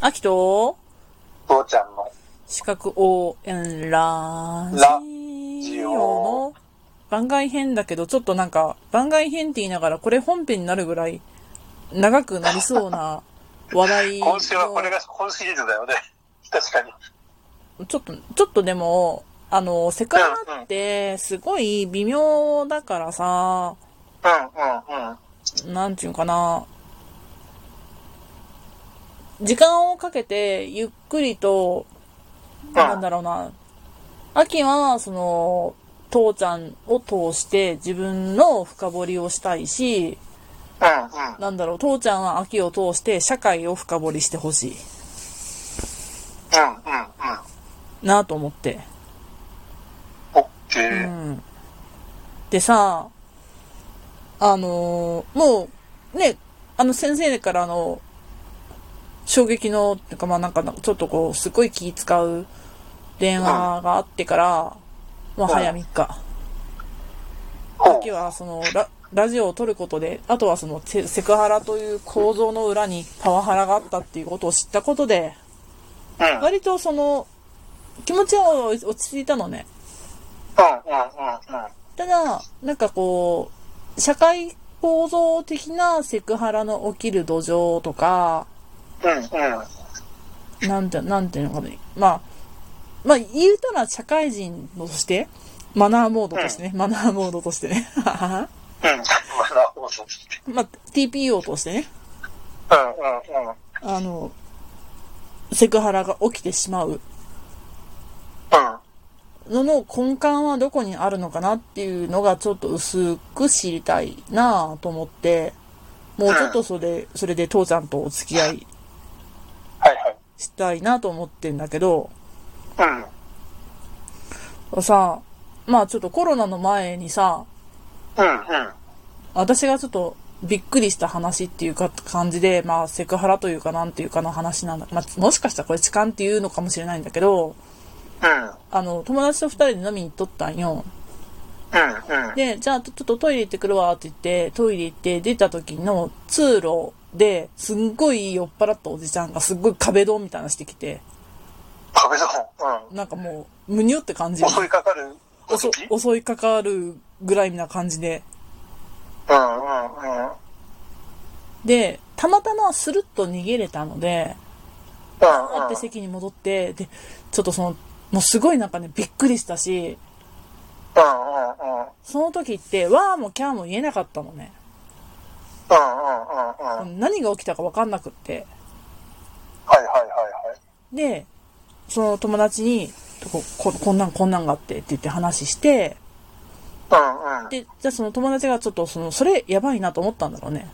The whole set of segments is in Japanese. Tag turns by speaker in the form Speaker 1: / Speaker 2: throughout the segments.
Speaker 1: 秋と、
Speaker 2: 父ちゃんの
Speaker 1: 資格応援ラ
Speaker 2: ラ
Speaker 1: ジ
Speaker 2: ジ
Speaker 1: オ
Speaker 2: オ
Speaker 1: の番外編だけど、ちょっとなんか、番外編って言いながら、これ本編になるぐらい、長くなりそうな話題
Speaker 2: 今週はこれが本シリーズだよね。確かに。
Speaker 1: のちょっと、ちょっとでも、あの、セクハラって、すごい微妙だからさ、
Speaker 2: うんうんうん。
Speaker 1: なんていうんかな、時間をかけて、ゆっくりと、なんだろうな、秋は、その、父ちゃんを通して自分の深掘りをしたいし、
Speaker 2: うんうん。
Speaker 1: なんだろう、父ちゃんは秋を通して社会を深掘りしてほしい
Speaker 2: うんうんうん。
Speaker 1: なと思って。
Speaker 2: オッケ
Speaker 1: う
Speaker 2: ー。
Speaker 1: ん。でさ、あのーもう、ね、あの先生からの、衝撃の、てかまあなんか、ちょっとこう、すごい気使う電話があってから、まあ早3日。
Speaker 2: ほ
Speaker 1: 時はそのララジオを撮ることであとはそのセセクハラという構造の裏にパワハラがあったっていうことを知ったことで
Speaker 2: う。うん。うんうん
Speaker 1: 割とその気持ちは落ち着いたのね
Speaker 2: うんうん。
Speaker 1: ただなんかこう社会構造的なセクハラの起きる土壌とか
Speaker 2: うんうん。
Speaker 1: なんてなんていうのかねまあまあ言うたら社会人としてマナーモードとしてね、マナーモードとしてね
Speaker 2: うん。まだ放送して。
Speaker 1: まあ TPO としてね
Speaker 2: うんうんうん。
Speaker 1: あの、セクハラが起きてしまう
Speaker 2: うん。
Speaker 1: のの根幹はどこにあるのかなっていうのがちょっと薄く知りたいなぁと思って、もうちょっとそれ、それで父ちゃんとお付き合い
Speaker 2: はいはい。
Speaker 1: したいなと思ってんだけど、
Speaker 2: うん。
Speaker 1: さ、まあちょっとコロナの前にさ、
Speaker 2: うんうん。
Speaker 1: 私がちょっとびっくりした話っていうか感じで、まあセクハラというかなんていうかの話なんだ。まあもしかしたらこれ痴漢っていうのかもしれないんだけど、
Speaker 2: うん。
Speaker 1: あの、友達と二人で飲みに行っとったんよ。
Speaker 2: うんうん。
Speaker 1: で、じゃあちょちょっとトイレ行ってくるわって言って、トイレ行って出た時の通路で、すんごい酔っ払ったおじちゃんがすっごい壁ドンみたいなのしてきて、
Speaker 2: 壁ドン。
Speaker 1: なんかもう、むにゅって感じ
Speaker 2: うん。。襲いかかる
Speaker 1: 襲
Speaker 2: 時
Speaker 1: 襲いかかるぐらいな感じで。
Speaker 2: うんうんうん。うん
Speaker 1: で、たまたまスルッと逃げれたので、あって席に戻って、で、ちょっとその、もうすごいなんかね、びっくりしたし、
Speaker 2: うんうんうん。
Speaker 1: その時って、わーもキャーも言えなかったのね。
Speaker 2: うんうんうんうん。
Speaker 1: 何が起きたかわかんなくって。
Speaker 2: はいはいはいはい。
Speaker 1: で、その友達に、こここんなんこんなんがあってって言って話して、
Speaker 2: うんうん。
Speaker 1: で、じゃあその友達がちょっとその、それやばいなと思ったんだろうね。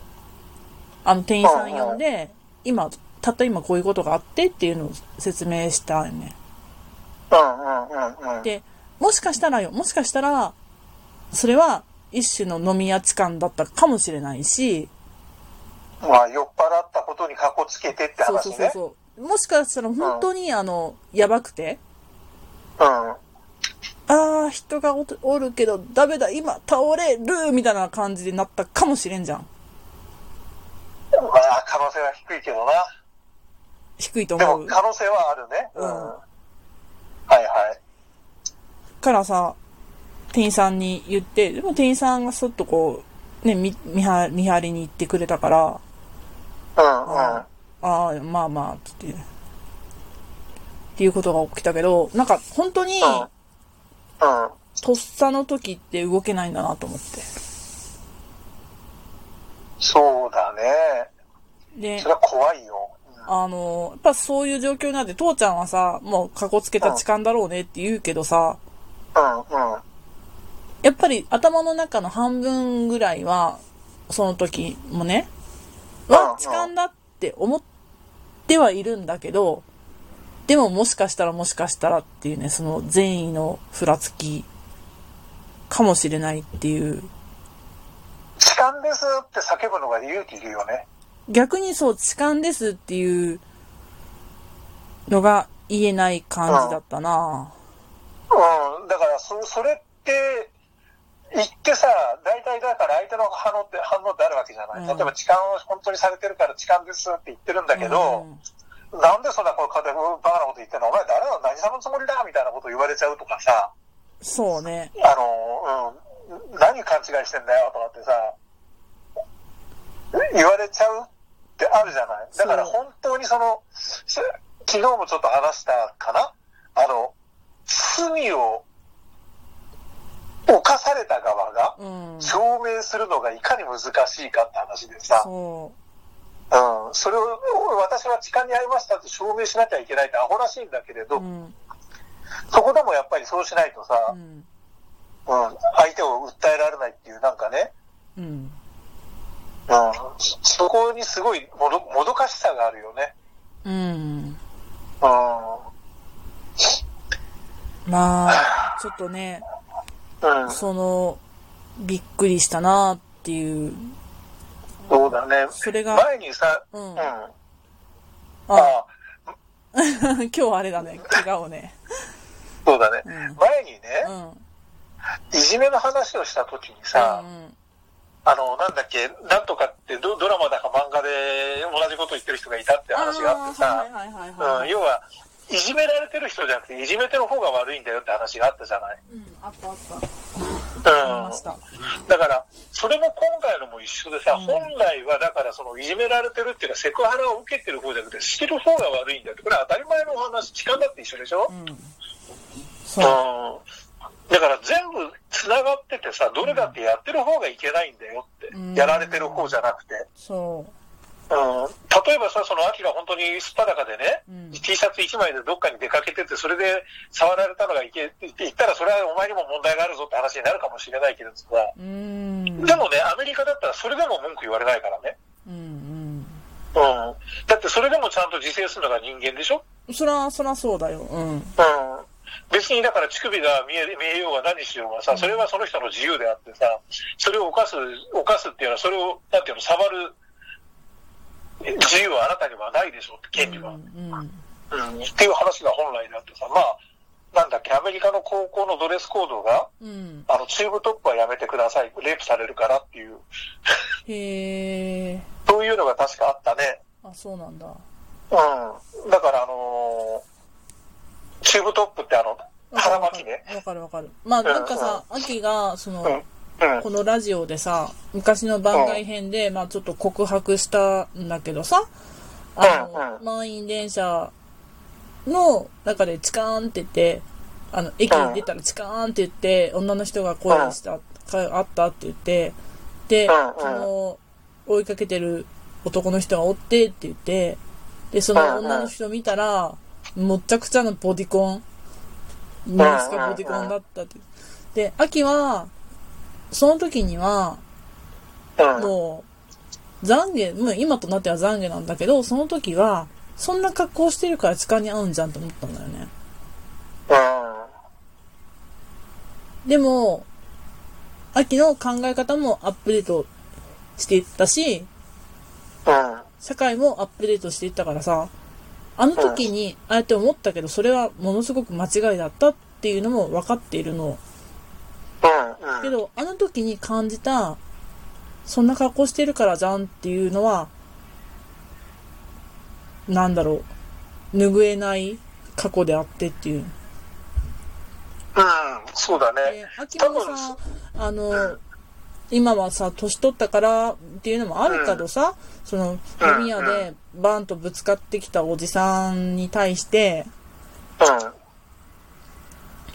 Speaker 1: あの店員さん呼んで、今、たった今こういうことがあってっていうのを説明したよね。
Speaker 2: うんうんうんうん。
Speaker 1: で、もしかしたらよ、もしかしたら、それは一種の飲み屋痴漢だったかもしれないし、
Speaker 2: まあ、酔っ払ったことにかこつけてって
Speaker 1: そう
Speaker 2: 話
Speaker 1: そう
Speaker 2: ね。
Speaker 1: そうそう。もしかしたら本当にあの、やばくて、
Speaker 2: うん。
Speaker 1: あー、人がおとおるけど、ダメだ、今、倒れるみたいな感じになったかもしれんじゃん。
Speaker 2: まあ、可能性は低いけどな。
Speaker 1: 低いと
Speaker 2: で
Speaker 1: 思
Speaker 2: も、
Speaker 1: う。
Speaker 2: 可能性はあるね。うん。
Speaker 1: うん
Speaker 2: はいはい。
Speaker 1: からさ、店員さんに言って、でも店員さんがすっとこう、ね、見、見張見張りに行ってくれたから、
Speaker 2: うんうん。
Speaker 1: あー、まあまあ、つって、っていうことが起きたけど、なんか、本当に、
Speaker 2: うん。うん。
Speaker 1: とっさの時って動けないんだなと思って。
Speaker 2: そうだね。
Speaker 1: で
Speaker 2: それ、は怖いよ。
Speaker 1: あの、やっぱそういう状況になって、父ちゃんはさ、もう、かこつけた痴漢だろうねって言うけどさ、
Speaker 2: うんうん。うん。
Speaker 1: やっぱり頭の中の半分ぐらいは、その時もね、
Speaker 2: うんう
Speaker 1: わ
Speaker 2: ん、
Speaker 1: 痴漢だって思ってはいるんだけど、でももしかしたらもしかしたらっていうね、その善意のふらつきかもしれないっていう。
Speaker 2: 痴漢ですって叫ぶのが勇気いるよね。
Speaker 1: 逆にそう、痴漢ですっていうのが言えない感じだったな
Speaker 2: うん。だから、そ、それって、言ってさ、大体だから相手の反応って、反応ってあるわけじゃない。
Speaker 1: うん
Speaker 2: 例えば痴漢を本当にされてるから痴漢ですって言ってるんだけど、
Speaker 1: うん
Speaker 2: なんでそんなこれ、バカなこと言ってんのお前誰の何様のつもりだみたいなこと言われちゃうとかさ、
Speaker 1: そうね。
Speaker 2: あの、うん、何勘違いしてんだよとかってさ、言われちゃうってあるじゃない。だから
Speaker 1: そう
Speaker 2: 本当にその、し昨日もちょっと話したかなあの、罪を犯された側が
Speaker 1: うん。
Speaker 2: 証明するのがいかに難しいかって話でさ、
Speaker 1: そ
Speaker 2: うん、それを私は痴漢に遭いましたって証明しなきゃいけないってアホらしいんだけれ
Speaker 1: う。
Speaker 2: ど、
Speaker 1: うん。
Speaker 2: そこでもやっぱりそうしないとさ、
Speaker 1: うん。
Speaker 2: うん、相手を訴えられないっていう、なんかね、
Speaker 1: うん。
Speaker 2: うん、そそこにすごいもどもどかしさがあるよね。
Speaker 1: うん。
Speaker 2: うん、
Speaker 1: まあ、ちょっとね、
Speaker 2: うん、
Speaker 1: その、びっくりしたなっていう。
Speaker 2: そうだね。
Speaker 1: それが、
Speaker 2: 前にさ、
Speaker 1: う。
Speaker 2: うんん、
Speaker 1: あ、
Speaker 2: ああ、
Speaker 1: 今日はあれだね。怪我をね。
Speaker 2: そうだね。
Speaker 1: うん
Speaker 2: 前に
Speaker 1: う
Speaker 2: ね、
Speaker 1: ん。
Speaker 2: いじめの話をした時にさ、あの、なんだっけ、なんとかってドドラマだか漫画で同じこと言ってる人がいたって話があってさ、
Speaker 1: ーはいはいはいは
Speaker 2: う
Speaker 1: いは
Speaker 2: ん、
Speaker 1: い。
Speaker 2: 要は、いじめられてる人じゃなくて、いじめてる方が悪いんだよって話があったじゃない。
Speaker 1: うん、あったあった。ありまし
Speaker 2: う
Speaker 1: た。
Speaker 2: ん。だから、それも今回のも一緒でさ、
Speaker 1: ん
Speaker 2: 本来は、だから、その、いじめられてるっていうのは、セクハラを受けてる方じゃなくて、してる方が悪いんだよって、これは当たり前のお話、痴漢だって一緒でしょ
Speaker 1: うん。
Speaker 2: うん
Speaker 1: そう。。
Speaker 2: だから、全部繋がっててさ、どれだってやってる方がいけないんだよって
Speaker 1: うん、
Speaker 2: やられてる方じゃなくて。
Speaker 1: そ
Speaker 2: うん例えばさ、その秋が本当に素っ裸でね、
Speaker 1: うん
Speaker 2: T シャツ1枚でどっかに出かけてて、それで触られたのがいけって言ったら、それはお前にも問題があるぞって話になるかもしれないけどさ、
Speaker 1: う。うーん。
Speaker 2: でもね、アメリカだったらそれでも文句言われないからね。
Speaker 1: うん
Speaker 2: うん。だってそれでもちゃんと自制するのが人間でしょ
Speaker 1: うん。そら、そらそうだよ。うん。
Speaker 2: うん。別にだから乳首が見え見えようが何しようがさ、それはその人の自由であってさ、それを犯す、犯すっていうのは、それを、なんていうの、触る自由はあなたにはないでしょって、権利は。
Speaker 1: うん。
Speaker 2: うんっていう話が本来であってさ、まあ、なんだっけ、アメリカの高校のドレスコードが、
Speaker 1: うん。
Speaker 2: あの、チューブトップはやめてください、レイプされるからっていう、
Speaker 1: へえ。
Speaker 2: そういうのが確かあったね。
Speaker 1: あ、そうなんだ。
Speaker 2: うん。だから、あのーチューブトップってあの、腹巻きね。
Speaker 1: わかるわかる。まあなんかさ、秋が、そ
Speaker 2: うん。う
Speaker 1: の、
Speaker 2: ん。
Speaker 1: このラジオでさ、昔の番外編で、まあちょっと告白したんだけどさ、あの、満員電車の中でチカーンって言って、あの、駅に出たらチカーンって言って、女の人が声をした、かあったって言って、で、
Speaker 2: うん
Speaker 1: その、追いかけてる男の人がおってって言って、で、その女の人見たら、もっちゃくちゃのボディコン、ナイスかボディコンだったって。で、秋は、その時には、
Speaker 2: うん。うん。
Speaker 1: もう、懺悔、もう今となっては懺悔なんだけど、その時は、そんな格好してるから痴漢に合うんじゃんと思ったんだよね。でも、秋の考え方もアップデートしていったし、
Speaker 2: うん。
Speaker 1: 社会もアップデートしていったからさ、あの時に、ああやって思ったけど、それはものすごく間違いだったっていうのも分かっているの。
Speaker 2: うん。
Speaker 1: け
Speaker 2: うん。
Speaker 1: ど、あの時に感じた、そんな格好してるからじゃんっていうのは、なんだろう、拭えない過去であってっていう。
Speaker 2: うん。そうだね
Speaker 1: で。、秋もさ、あの、今はさ、年取ったからっていうのもあるけどさ、その、飲み屋でバーンとぶつかってきたおじさんに対して、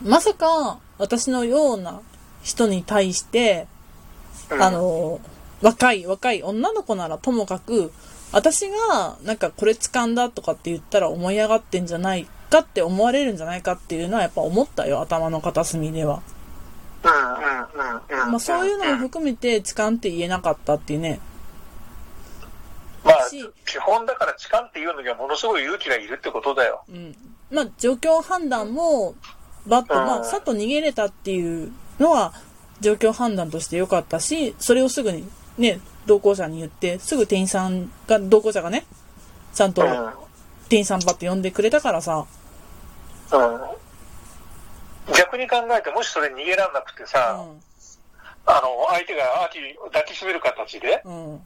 Speaker 2: うん。
Speaker 1: まさか私のような人に対して、
Speaker 2: うん
Speaker 1: あ、の、若い、若い女の子ならともかく、私が、なんかこれ掴んだとかって言ったら思い上がってんじゃないかって思われるんじゃないかっていうのはやっぱ思ったよ、頭の片隅では。
Speaker 2: うん。うん。うん。うん。
Speaker 1: まあそういうのも含めて痴漢って言えなかったっていうね。
Speaker 2: まあ
Speaker 1: し、
Speaker 2: 基本だから痴漢っていうのにはものすごい勇気がいるってことだよ。
Speaker 1: うん。まあ状況判断も、バッと、
Speaker 2: うん
Speaker 1: まあさっと逃げれたっていうのは状況判断として良かったし、それをすぐにね、同行者に言って、すぐ店員さんが、同行者がね、ちゃんと
Speaker 2: うん。う
Speaker 1: 店員さんばって呼んでくれたからさ、
Speaker 2: ん。逆に考えて、もしそれ逃げらんなくてさ、
Speaker 1: う
Speaker 2: あの、相手が秋を抱きしめる形で、
Speaker 1: ん、うん、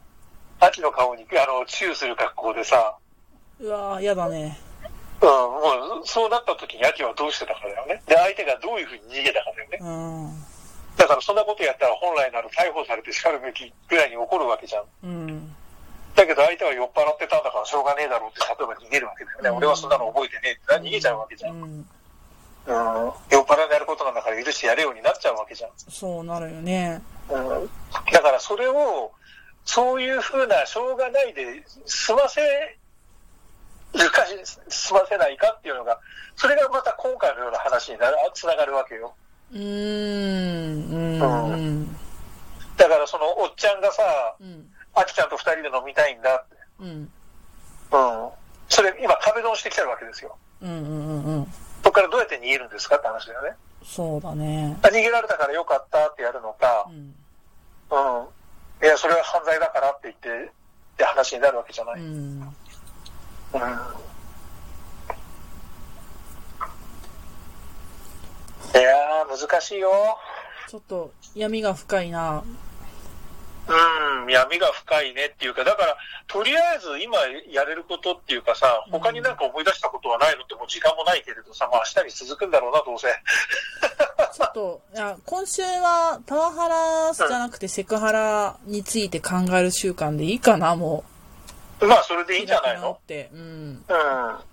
Speaker 2: 秋の顔に、あの、チューする格好でさ、
Speaker 1: うわー、やだね。
Speaker 2: うん、まあ、そうなった時に秋はどうしてたかだよね。で、相手がどういうふうに逃げたかだよね。
Speaker 1: うん。
Speaker 2: だからそんなことやったら本来なら逮捕されて叱るべきぐらいに怒るわけじゃん。
Speaker 1: うん。
Speaker 2: だけど相手は酔っ払ってたんだからしょうがねえだろうって、例えば逃げるわけだよね。
Speaker 1: うん
Speaker 2: 俺はそんなの覚えてねえって、逃げちゃうわけじゃん。うん、
Speaker 1: うん。
Speaker 2: 酔っ払いでやることなんだから許してやれようになっちゃうわけじゃん。
Speaker 1: そうなるよね。
Speaker 2: うん、だからそれを、そういうふうなしょうがないで済ませるか、済ませないかっていうのが、それがまた今回のような話になる、つながるわけよ。
Speaker 1: うーん。うん。うん。
Speaker 2: だからそのおっちゃんがさ、
Speaker 1: うん。
Speaker 2: あきちゃんと二人で飲みたいんだって。
Speaker 1: うん。
Speaker 2: うん。それ今壁ドンしてきてるわけですよ。
Speaker 1: うん。うん。うん。
Speaker 2: そこからどうやって逃げるんですかって話だよね。
Speaker 1: そうだね。
Speaker 2: あ逃げられたからよかったってやるのか
Speaker 1: う、ん。
Speaker 2: うん。いや、それは犯罪だからって言って、って話になるわけじゃな
Speaker 1: う
Speaker 2: い。うん。
Speaker 1: ん。
Speaker 2: いやー、難しいよ。
Speaker 1: ちょっと闇が深いな。
Speaker 2: うん、闇が深いねっていうか、だから、とりあえず今やれることっていうかさ、他になんか思い出したことはないのってもう時間もないけれどさ、まあ明日に続くんだろうな、どうせ。
Speaker 1: ちょっと、いや、今週はパワハラじゃなくてセクハラについて考える週間でいいかな、も
Speaker 2: まあそれで
Speaker 1: う。
Speaker 2: いいんじゃないの
Speaker 1: って。うん。
Speaker 2: うん。ま
Speaker 1: は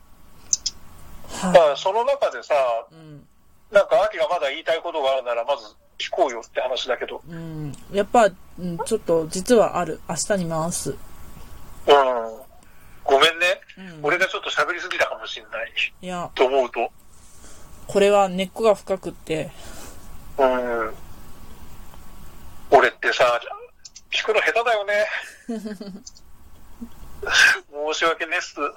Speaker 2: あその中でさ、
Speaker 1: い。うん。
Speaker 2: なんか秋がまだ言いたいことがあるなら、まず聞こうよって話だけど。
Speaker 1: うん。やっぱ、うん、ちょっと、実はある。明日に回す。
Speaker 2: うん。ごめんね。
Speaker 1: うん
Speaker 2: 俺がちょっと喋りすぎたかもしれない。
Speaker 1: いや、
Speaker 2: と思うと。
Speaker 1: これは根っこが深くって。
Speaker 2: うん。俺ってさ、聞くの下手だよね。申し訳ねっす。う